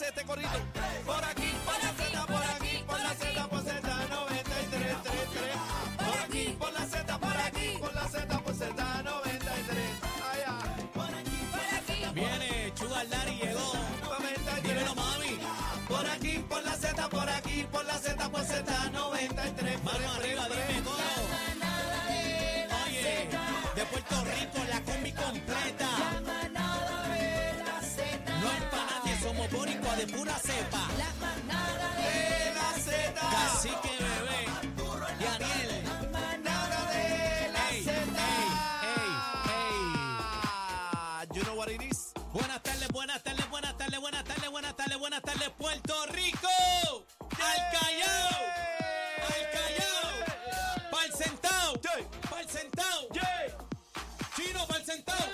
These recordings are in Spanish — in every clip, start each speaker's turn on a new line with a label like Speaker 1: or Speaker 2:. Speaker 1: este
Speaker 2: Viene Sugar Daddy, llegó. Dímelo, mami.
Speaker 1: Por aquí, por la Z, por aquí, por la Z, por Z93.
Speaker 2: Mano arriba, dime cómo.
Speaker 3: manada de la
Speaker 2: Oye, de Puerto Rico, la combi completa.
Speaker 3: la manada de la Z,
Speaker 2: No es para nadie, somos boricua de pura cepa.
Speaker 3: la manada de
Speaker 1: De la Z,
Speaker 2: Así que, bebé. Y Ariel.
Speaker 1: manada de la
Speaker 2: Ey,
Speaker 1: Z.
Speaker 2: ey,
Speaker 1: You know what it is?
Speaker 2: Buenas tardes, buenas tardes, buenas tardes, buenas tardes, buenas tardes, buenas tardes, Puerto Rico. Al Callao. Al Callao. Pa'l sentao.
Speaker 1: Yeah.
Speaker 2: Pa'l sentao. Chino, pa'l sentao.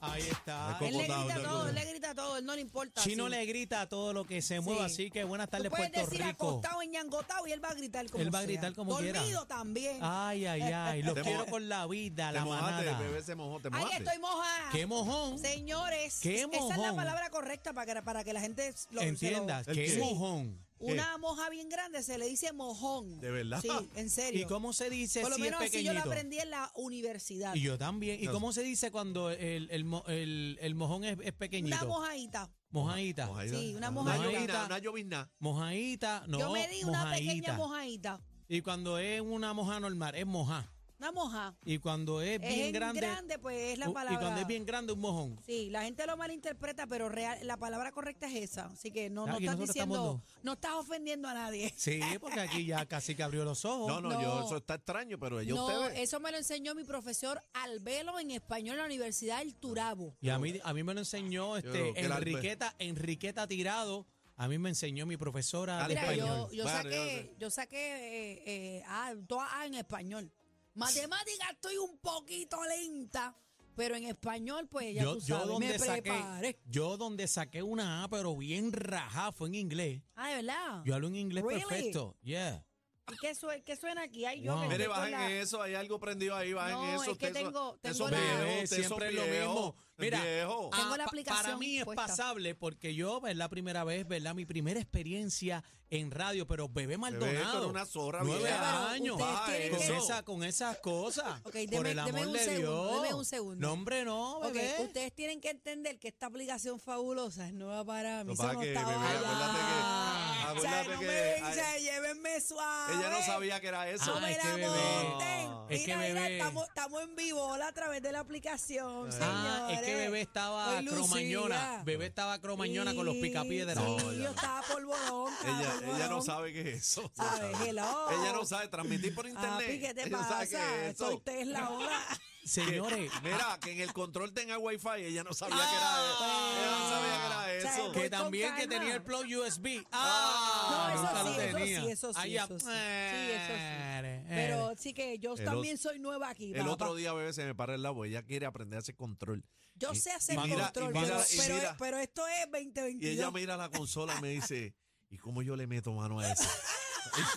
Speaker 2: Ahí está.
Speaker 1: Ay,
Speaker 4: Él le grita
Speaker 1: Cocotado,
Speaker 4: todo,
Speaker 1: cocotado.
Speaker 4: él le grita todo, él no le importa.
Speaker 2: Chino
Speaker 4: sí.
Speaker 2: le grita a todo lo que se mueva, así que buenas
Speaker 4: Tú
Speaker 2: tardes,
Speaker 4: puedes
Speaker 2: Puerto
Speaker 4: decir
Speaker 2: Rico.
Speaker 4: acostado, enñangotado y él va a gritar como
Speaker 2: Él va a
Speaker 4: sea.
Speaker 2: gritar como quiera. Ah,
Speaker 4: Dormido también.
Speaker 2: Ay, ay, ay. Los
Speaker 1: Te
Speaker 2: quiero
Speaker 1: mo-
Speaker 2: con la vida,
Speaker 1: Te
Speaker 2: la
Speaker 1: mojaste,
Speaker 2: manada.
Speaker 1: bebé, se mojó, te
Speaker 4: Ay,
Speaker 1: mojaste.
Speaker 4: estoy mojada.
Speaker 2: Qué mojón.
Speaker 4: Señores,
Speaker 2: Qué
Speaker 4: esa es la
Speaker 2: mojón.
Speaker 4: palabra correcta para que, para que la gente lo se
Speaker 2: Entiendas,
Speaker 1: ¿El
Speaker 2: qué
Speaker 1: qué?
Speaker 2: mojón.
Speaker 4: lo- Una moja bien grande se le dice mojón.
Speaker 1: ¿De verdad?
Speaker 4: Sí, en serio.
Speaker 2: ¿Y cómo se dice
Speaker 4: Por lo
Speaker 2: si
Speaker 4: menos
Speaker 2: es
Speaker 4: así yo
Speaker 2: pequeñito?
Speaker 4: la aprendí en la universidad.
Speaker 2: Y yo también. ¿Y
Speaker 1: No.
Speaker 2: cómo se dice cuando el, el, mo- el- el mojón es, es
Speaker 4: una
Speaker 2: pequeñito?
Speaker 4: mojadita.
Speaker 2: Mojadita.
Speaker 1: Mojadita.
Speaker 4: Sí, una
Speaker 1: Una
Speaker 4: mojadita.
Speaker 1: llovina, una llovina.
Speaker 2: Mojadita. No,
Speaker 4: yo me di una
Speaker 2: mojadita.
Speaker 4: pequeña mojadita.
Speaker 2: Y cuando es una moja normal, es moja.
Speaker 4: Una moja.
Speaker 2: Y cuando es,
Speaker 4: Es
Speaker 2: bien
Speaker 4: en
Speaker 2: grande.
Speaker 4: pues es la
Speaker 2: u-
Speaker 4: palabra.
Speaker 2: Y cuando es bien grande, un mojón.
Speaker 4: Sí, la gente lo malinterpreta, pero real, la palabra correcta es esa. Así que no,
Speaker 2: Ah,
Speaker 4: no
Speaker 2: y
Speaker 4: estás
Speaker 2: nosotros
Speaker 4: diciendo,
Speaker 2: estamos
Speaker 4: no. estás ofendiendo a nadie.
Speaker 2: Sí, porque aquí ya casi que abrió los ojos.
Speaker 1: No, no,
Speaker 4: No.
Speaker 1: yo, eso está extraño, pero ellos
Speaker 4: No,
Speaker 1: ustedes.
Speaker 4: eso me lo enseñó mi profesor Albelo en español en la Universidad del Turabo.
Speaker 2: Y a mí, a mí me lo enseñó
Speaker 1: creo
Speaker 2: este,
Speaker 1: que el albe-
Speaker 2: Enriqueta, Enriqueta Tirado. A mí me enseñó mi profesora de
Speaker 4: Mira,
Speaker 1: pues,
Speaker 2: español.
Speaker 4: yo, yo
Speaker 1: Bueno,
Speaker 4: saqué, yo saqué eh, eh, ah, todas A en español. Matemática estoy un poquito lenta, pero en español, pues ya tú sabes, me preparé.
Speaker 2: yo donde saqué una A, pero bien rajada, fue en inglés.
Speaker 4: Ah, de verdad.
Speaker 2: Yo hablo en inglés
Speaker 4: Really?
Speaker 2: perfecto. Yeah.
Speaker 4: ¿Y qué, sue- qué suena aquí? Ay, yo
Speaker 2: Wow.
Speaker 4: que
Speaker 1: Mire,
Speaker 4: estoy con
Speaker 1: bajen
Speaker 4: la-
Speaker 1: eso, hay algo prendido ahí, bajen
Speaker 4: No,
Speaker 1: eso.
Speaker 4: es que
Speaker 1: ustedes son-
Speaker 4: tengo-
Speaker 1: ustedes
Speaker 4: tengo
Speaker 1: son
Speaker 4: la-
Speaker 1: viejos,
Speaker 2: Bebé,
Speaker 1: ustedes son
Speaker 2: siempre es lo
Speaker 1: viejos,
Speaker 2: mismo. Mira,
Speaker 1: viejos.
Speaker 4: Tengo
Speaker 2: ah, pa-
Speaker 4: la
Speaker 2: Para
Speaker 4: aplicación
Speaker 2: mí es
Speaker 4: puesta.
Speaker 2: pasable porque yo es la primera vez, ¿verdad? Mi primera experiencia en radio, pero bebé Maldonado.
Speaker 1: con una zorra
Speaker 2: nueve
Speaker 1: vieja.
Speaker 2: años.
Speaker 4: Ustedes
Speaker 2: Ah,
Speaker 4: tienen
Speaker 2: con,
Speaker 4: que-
Speaker 2: esa- con esas cosas.
Speaker 4: Ok,
Speaker 2: Por
Speaker 4: deme-
Speaker 2: el
Speaker 4: deme
Speaker 2: amor
Speaker 4: un
Speaker 2: de
Speaker 4: segundo,
Speaker 2: Dios.
Speaker 4: deme un segundo.
Speaker 2: No, hombre, no,
Speaker 4: Ok,
Speaker 2: bebé.
Speaker 4: ustedes tienen que entender que esta aplicación fabulosa es nueva para mí.
Speaker 1: Lo
Speaker 4: Eso
Speaker 1: pasa
Speaker 4: no
Speaker 1: que,
Speaker 4: estaba
Speaker 1: bebé,
Speaker 4: allá.
Speaker 1: acuérdate que-
Speaker 4: O sea,
Speaker 1: acuérdate
Speaker 4: no me
Speaker 1: que-
Speaker 4: o sea, llévenme suave.
Speaker 1: Ella no sabía que era eso.
Speaker 4: No
Speaker 2: Ah,
Speaker 4: me
Speaker 2: es
Speaker 4: la
Speaker 2: que bebé.
Speaker 4: monten.
Speaker 2: Es que
Speaker 4: Mira, mira,
Speaker 2: bebé.
Speaker 4: estamos, estamos en vivo hola, a través de la aplicación,
Speaker 2: Ah, es que
Speaker 4: señores.
Speaker 2: bebé estaba
Speaker 4: Estoy lucida.
Speaker 2: cromañona. Bebé estaba cromañona con los
Speaker 4: Sí,
Speaker 2: picapiedras.
Speaker 4: Sí,
Speaker 1: No, ya.
Speaker 4: yo estaba polvorón. estaba
Speaker 1: Ella, ella no
Speaker 4: polvorón.
Speaker 1: sabe qué es eso.
Speaker 4: ¿Sabes? Hello.
Speaker 1: Ella no sabe transmitir por internet.
Speaker 4: Papi, ¿qué te
Speaker 1: ella no sabe qué
Speaker 4: pasa?
Speaker 1: es eso.
Speaker 4: Estoy Tesla ahora.
Speaker 2: Eh. Señores, ah.
Speaker 1: Mira, que en el control tenga wifi, ella no sabía que era eso. Ella
Speaker 2: Ah.
Speaker 1: no sabía que
Speaker 4: O sea,
Speaker 1: era eso.
Speaker 4: voy
Speaker 2: que
Speaker 4: con
Speaker 2: también que
Speaker 4: calma.
Speaker 2: tenía el plug USB. Ah,
Speaker 4: no, eso
Speaker 2: nunca lo
Speaker 4: sí, eso
Speaker 2: tenía.
Speaker 4: sí, eso sí,
Speaker 2: Allá,
Speaker 4: eso sí. Sí, eso sí.
Speaker 2: eh,
Speaker 4: Pero sí que yo
Speaker 1: El
Speaker 4: también
Speaker 1: otro-
Speaker 4: soy nueva aquí.
Speaker 1: El
Speaker 4: papá.
Speaker 1: otro día, bebé, se me para el labo. Ella quiere aprender a hacer control.
Speaker 4: Yo
Speaker 1: y-
Speaker 4: sé hacer
Speaker 2: y mira,
Speaker 4: control,
Speaker 2: y mira,
Speaker 4: pero,
Speaker 1: y
Speaker 4: pero-
Speaker 1: mira.
Speaker 4: pero esto es
Speaker 1: Y ella
Speaker 4: 2022.
Speaker 1: mira la consola y me dice, ¿y cómo yo le meto mano a eso?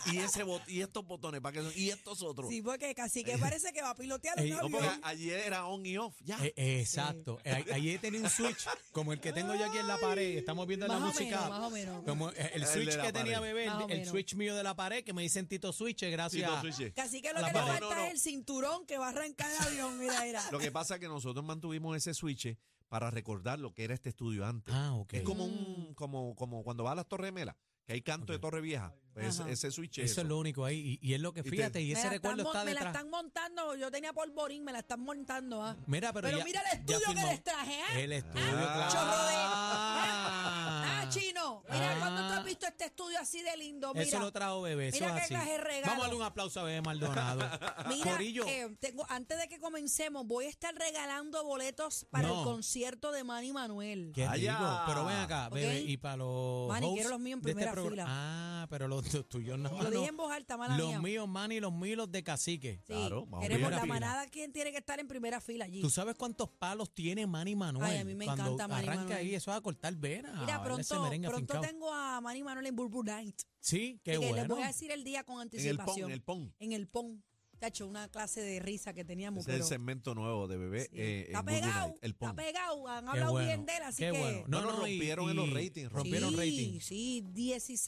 Speaker 1: Y, y ese bot- y estos botones, ¿para qué son? Y estos otros.
Speaker 4: Sí, porque casi que parece que va a pilotear
Speaker 2: Ey, eh,
Speaker 4: un
Speaker 2: no,
Speaker 1: No, porque
Speaker 4: avión.
Speaker 1: ayer era on y off, ya.
Speaker 2: Eh, eh, exacto. Eh, a- Ayer tenía un switch como el que tengo yo aquí en la pared. Estamos viendo la
Speaker 4: Más o
Speaker 2: música.
Speaker 4: menos, más o menos.
Speaker 2: Como eh, el
Speaker 1: El
Speaker 2: switch
Speaker 1: de la
Speaker 2: que tenía
Speaker 1: pared.
Speaker 2: bebé,
Speaker 4: Más o
Speaker 2: el, el
Speaker 4: menos.
Speaker 2: switch mío de la pared que me dicen Tito Switch, eh,
Speaker 1: Sí,
Speaker 2: gracias.
Speaker 1: no, switche.
Speaker 4: Casi que lo
Speaker 2: la
Speaker 4: que le
Speaker 2: pared.
Speaker 4: falta
Speaker 1: No, no,
Speaker 4: es el cinturón que va a arrancar el avión. Mira, mira.
Speaker 1: Lo que pasa es que nosotros mantuvimos ese switch para recordar lo que era este estudio antes.
Speaker 2: Ah, ok.
Speaker 1: Es como un, como, como cuando va a las Torres Mela, que hay canto de Torre Vieja. Pues
Speaker 4: Ajá.
Speaker 1: ese switch es
Speaker 2: Eso es
Speaker 1: eso.
Speaker 2: lo único ahí. Y, y es lo que,
Speaker 1: Y te-
Speaker 2: fíjate, y
Speaker 4: Me
Speaker 2: ese
Speaker 4: la
Speaker 2: recuerdo
Speaker 4: están mon-
Speaker 2: está
Speaker 4: Me la
Speaker 2: detrás.
Speaker 4: están montando. Yo tenía polvorín, me la están montando. ah.
Speaker 2: Mira, pero,
Speaker 4: Pero
Speaker 2: ya-
Speaker 4: mira el
Speaker 2: ya
Speaker 4: estudio que
Speaker 2: firmó. Eh,
Speaker 4: les traje. ¿ah?
Speaker 2: El estudio,
Speaker 1: Ah.
Speaker 2: claro.
Speaker 4: Chorro de-
Speaker 2: Ah.
Speaker 4: Ah, chino. Mira,
Speaker 2: Ah.
Speaker 4: ¿cuándo tú has visto este estudio así de lindo? Mira.
Speaker 2: Eso lo trajo bebé. Eso
Speaker 4: mira
Speaker 2: es
Speaker 4: qué
Speaker 2: así.
Speaker 4: clase de regalo.
Speaker 2: Vamos a darle un aplauso a bebé Maldonado.
Speaker 4: Mira,
Speaker 2: Corillo.
Speaker 4: eh, tengo, antes de que comencemos, voy a estar regalando boletos para
Speaker 2: No.
Speaker 4: el concierto de Manny Manuel.
Speaker 2: Qué
Speaker 1: Allá.
Speaker 2: rico. Pero ven acá,
Speaker 4: Ok.
Speaker 2: bebé, y para los.
Speaker 4: Manny,
Speaker 2: hosts
Speaker 4: quiero los míos en
Speaker 2: de este
Speaker 4: primera
Speaker 2: programa-
Speaker 4: fila.
Speaker 2: Ah, pero los, los tuyos no.
Speaker 4: Lo
Speaker 2: no.
Speaker 4: dije en voz alta, mala
Speaker 2: los
Speaker 4: mía.
Speaker 2: míos, Manny, los míos, los de cacique.
Speaker 4: Sí,
Speaker 1: Claro, vamos
Speaker 4: queremos
Speaker 2: bien.
Speaker 4: la
Speaker 2: Primera
Speaker 4: manada quien tiene que estar en primera fila allí.
Speaker 2: ¿Tú sabes cuántos palos tiene Manny Manuel?
Speaker 4: Ay, a mí me
Speaker 2: Cuando
Speaker 4: encanta Manny
Speaker 2: arranca
Speaker 4: Manuel.
Speaker 2: ahí, eso va a cortar venas.
Speaker 4: Mira,
Speaker 2: a darle ah, ese
Speaker 4: pronto,
Speaker 2: merengue
Speaker 4: pronto
Speaker 2: afincao.
Speaker 4: tengo a Manny Manuel en Burbu Night.
Speaker 2: Sí, qué
Speaker 4: Así que
Speaker 2: bueno.
Speaker 4: les voy a decir el día con
Speaker 1: En el pon,
Speaker 4: anticipación.
Speaker 1: en el pon.
Speaker 4: En el PON. Tacho, una clase de risa que teníamos.
Speaker 1: Ese es el
Speaker 4: pero,
Speaker 1: segmento nuevo de bebé.
Speaker 4: sí.
Speaker 1: eh,
Speaker 4: está
Speaker 1: en Good Good
Speaker 4: pegado,
Speaker 1: Night, el
Speaker 4: está
Speaker 1: pon.
Speaker 4: pegado. Han
Speaker 2: Qué
Speaker 4: hablado
Speaker 2: bueno,
Speaker 4: bien de él, así
Speaker 2: qué
Speaker 4: que...
Speaker 2: bueno. No,
Speaker 1: Bueno,
Speaker 2: no, y-
Speaker 1: rompieron en los
Speaker 2: y
Speaker 1: ratings,
Speaker 2: Rompieron
Speaker 4: sí,
Speaker 2: rating.
Speaker 4: Sí,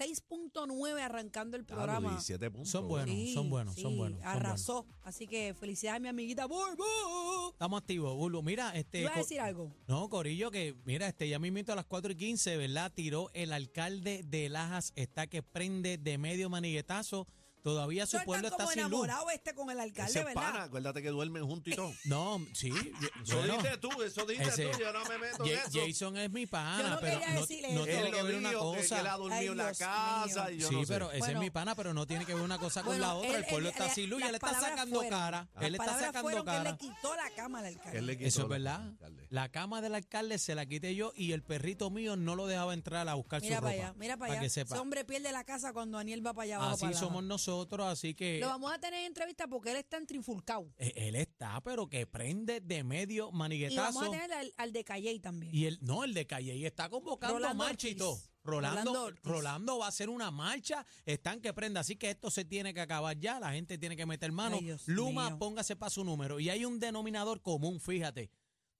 Speaker 4: 16.9 arrancando el
Speaker 1: Claro,
Speaker 4: programa.
Speaker 1: 17 puntos.
Speaker 2: Son buenos.
Speaker 4: Sí,
Speaker 2: son buenos, son
Speaker 4: sí,
Speaker 2: buenos, son
Speaker 4: Arrasó. Así que felicidades a mi amiguita Burbu.
Speaker 2: Estamos activos, Bulbo. Mira,
Speaker 4: ¿Tú
Speaker 2: este.
Speaker 4: ibas a
Speaker 2: co-
Speaker 4: decir algo?
Speaker 2: No, Corillo, que mira, este ya mismito a las 4 y 15, ¿verdad? Tiró el alcalde de Lajas, está que prende de medio maniguetazo. Todavía su
Speaker 4: Tú
Speaker 2: pueblo
Speaker 4: estás
Speaker 2: está
Speaker 4: como
Speaker 2: sin luz.
Speaker 4: enamorado este con el alcalde,
Speaker 1: Ese es
Speaker 4: ¿verdad? Eh.
Speaker 1: pana, acuérdate que duermen juntos y todo.
Speaker 2: No, sí.
Speaker 4: Ah.
Speaker 1: Eso
Speaker 2: bueno,
Speaker 1: dijiste tú, eso dijiste
Speaker 2: ese-
Speaker 1: tú, yo no me meto
Speaker 2: Ja-
Speaker 1: en eso.
Speaker 2: Jason es mi pana,
Speaker 4: Yo no
Speaker 2: pero
Speaker 4: quería
Speaker 2: no,
Speaker 4: decirle
Speaker 2: no
Speaker 4: eso.
Speaker 2: tiene
Speaker 1: él
Speaker 2: que
Speaker 1: lo
Speaker 2: ver una
Speaker 1: dijo, que- que él ha
Speaker 2: cosa.
Speaker 1: dormido en la
Speaker 4: Dios mío.
Speaker 1: casa y yo
Speaker 2: sí,
Speaker 1: no sé.
Speaker 2: pero ese
Speaker 4: Bueno.
Speaker 2: es mi pana, pero no tiene que ver una cosa con
Speaker 4: Bueno,
Speaker 2: la otra.
Speaker 4: él-
Speaker 2: el pueblo
Speaker 4: él-
Speaker 2: está
Speaker 4: él-
Speaker 2: sin luz y
Speaker 4: las
Speaker 2: él está
Speaker 4: palabras
Speaker 2: sacando
Speaker 4: fueron-
Speaker 2: cara.
Speaker 4: Las
Speaker 2: Él está
Speaker 4: palabras
Speaker 2: sacando
Speaker 4: fueron que
Speaker 2: cara.
Speaker 4: él le quitó la cama al alcalde.
Speaker 1: Él le quitó
Speaker 2: Eso es
Speaker 1: la-
Speaker 2: verdad.
Speaker 1: alcalde.
Speaker 2: La cama del alcalde se la quité yo y el perrito mío no lo dejaba entrar a buscar
Speaker 4: Mira
Speaker 2: su
Speaker 4: para
Speaker 2: ropa.
Speaker 4: allá, mira para allá.
Speaker 2: que
Speaker 4: Ese
Speaker 2: sepa.
Speaker 4: hombre pierde la casa cuando Daniel va para allá abajo.
Speaker 2: Así
Speaker 4: para la-
Speaker 2: somos eh, nosotros, así que
Speaker 4: Lo vamos a tener en entrevista porque él está en Trifulcao.
Speaker 2: eh, él está, pero que prende de medio
Speaker 4: Y vamos a
Speaker 2: maniguetazo.
Speaker 4: tener al, al de Calley también.
Speaker 2: Y él, no, el de Calle y está convocando
Speaker 4: Rolando
Speaker 2: marcha y
Speaker 4: Ortiz.
Speaker 2: todo. Rolando,
Speaker 4: Rolando
Speaker 2: Rolando,
Speaker 4: Ortiz.
Speaker 2: va a hacer una marcha, están que prenda, así que esto se tiene que acabar ya, la gente tiene que meter mano.
Speaker 4: Ay, Dios
Speaker 2: Luma,
Speaker 4: mío.
Speaker 2: póngase para su número. Y hay un denominador común, fíjate.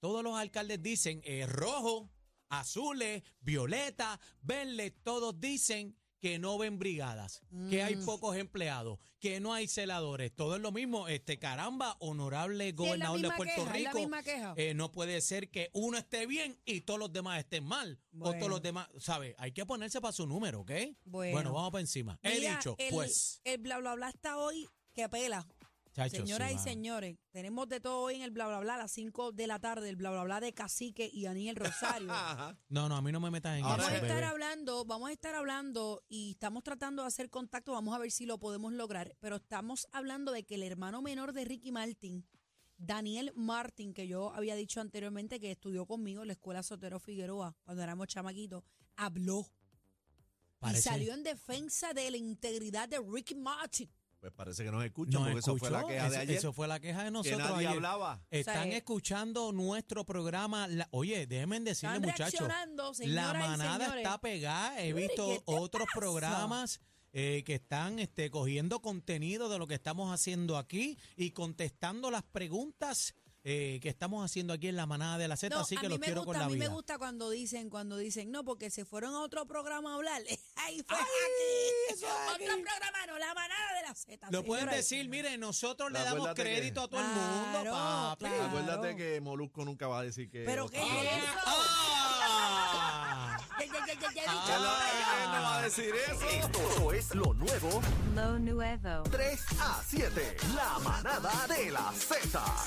Speaker 2: Todos los alcaldes dicen eh, rojo, azules, violeta, verde, todos dicen que no ven brigadas, que
Speaker 4: Mm.
Speaker 2: hay pocos empleados, que no hay celadores, todo es lo mismo, este caramba, honorable
Speaker 4: Sí, es la
Speaker 2: gobernador de
Speaker 4: misma
Speaker 2: Puerto
Speaker 4: queja, es la
Speaker 2: Rico,
Speaker 4: misma queja.
Speaker 2: eh, no puede ser que uno esté bien y todos los demás estén mal. O
Speaker 4: Bueno.
Speaker 2: todos los demás, ¿sabes? Hay que ponerse para su número, ¿ok?
Speaker 4: Bueno.
Speaker 2: vamos para encima. He
Speaker 4: Mira,
Speaker 2: dicho,
Speaker 4: el,
Speaker 2: pues.
Speaker 4: El bla bla bla está hoy que pela.
Speaker 2: Chacho,
Speaker 4: Señoras
Speaker 2: sí,
Speaker 4: y
Speaker 2: mano.
Speaker 4: señores, tenemos de todo hoy en el bla bla bla a las 5 de la tarde, el bla bla bla de Cacique y Daniel Rosario.
Speaker 1: Ajá.
Speaker 2: No, no, a mí no me metas en
Speaker 1: Ahora
Speaker 4: Vamos a
Speaker 2: eso,
Speaker 1: es-
Speaker 2: bebé.
Speaker 4: estar hablando, vamos a estar hablando y estamos tratando de hacer contacto, vamos a ver si lo podemos lograr, pero estamos hablando de que el hermano menor de Ricky Martin, Daniel Martin, que yo había dicho anteriormente que estudió conmigo en la escuela Sotero Figueroa cuando éramos chamaquitos, habló y
Speaker 2: Parece-
Speaker 4: salió en defensa de la integridad de Ricky Martin.
Speaker 1: Pues parece que nos escuchan,
Speaker 2: No
Speaker 1: porque eso fue la
Speaker 2: escuchó,
Speaker 1: queja de
Speaker 2: eso-
Speaker 1: ayer.
Speaker 2: Eso fue la queja de
Speaker 1: que
Speaker 2: nosotros
Speaker 1: nadie
Speaker 2: ayer.
Speaker 1: hablaba.
Speaker 2: Están
Speaker 4: sea, eh,
Speaker 2: escuchando nuestro programa. la- oye, déjenme decirle,
Speaker 4: Están
Speaker 2: muchachos.
Speaker 4: reaccionando,
Speaker 2: La
Speaker 4: señoras y
Speaker 2: manada
Speaker 4: señores.
Speaker 2: está pegada. He
Speaker 4: Yuri, ¿qué
Speaker 2: visto
Speaker 4: te
Speaker 2: otros
Speaker 4: pasa?
Speaker 2: programas eh, que están este, cogiendo contenido de lo que estamos haciendo aquí y contestando las preguntas eh, que estamos haciendo aquí en la manada de la Z.
Speaker 4: No,
Speaker 2: así que
Speaker 4: a mí
Speaker 2: los
Speaker 4: me
Speaker 2: quiero
Speaker 4: gusta,
Speaker 2: con
Speaker 4: a
Speaker 2: la
Speaker 4: mí
Speaker 2: vida.
Speaker 4: me gusta cuando dicen, cuando dicen, no, porque se fueron a otro programa a hablar. Ahí fue aquí. Otro programa, no, la manada de la Z.
Speaker 2: Lo pueden
Speaker 4: señoras y
Speaker 2: decir,
Speaker 4: señores.
Speaker 2: mire, nosotros le damos
Speaker 1: Acuérdate que-
Speaker 2: crédito a todo el
Speaker 4: Claro,
Speaker 2: mundo, papi.
Speaker 4: claro.
Speaker 1: Acuérdate que Molusco nunca va a decir que.
Speaker 4: Pero
Speaker 1: los
Speaker 4: qué
Speaker 1: cabrones-
Speaker 4: es eso.
Speaker 2: Ah.
Speaker 4: Ya, ya, ya, ya, ya he
Speaker 2: Ah.
Speaker 4: dicho,
Speaker 1: Él no va a decir eso.
Speaker 5: Esto es lo nuevo
Speaker 6: Lo nuevo.
Speaker 5: 3 a 7. La manada de la Z.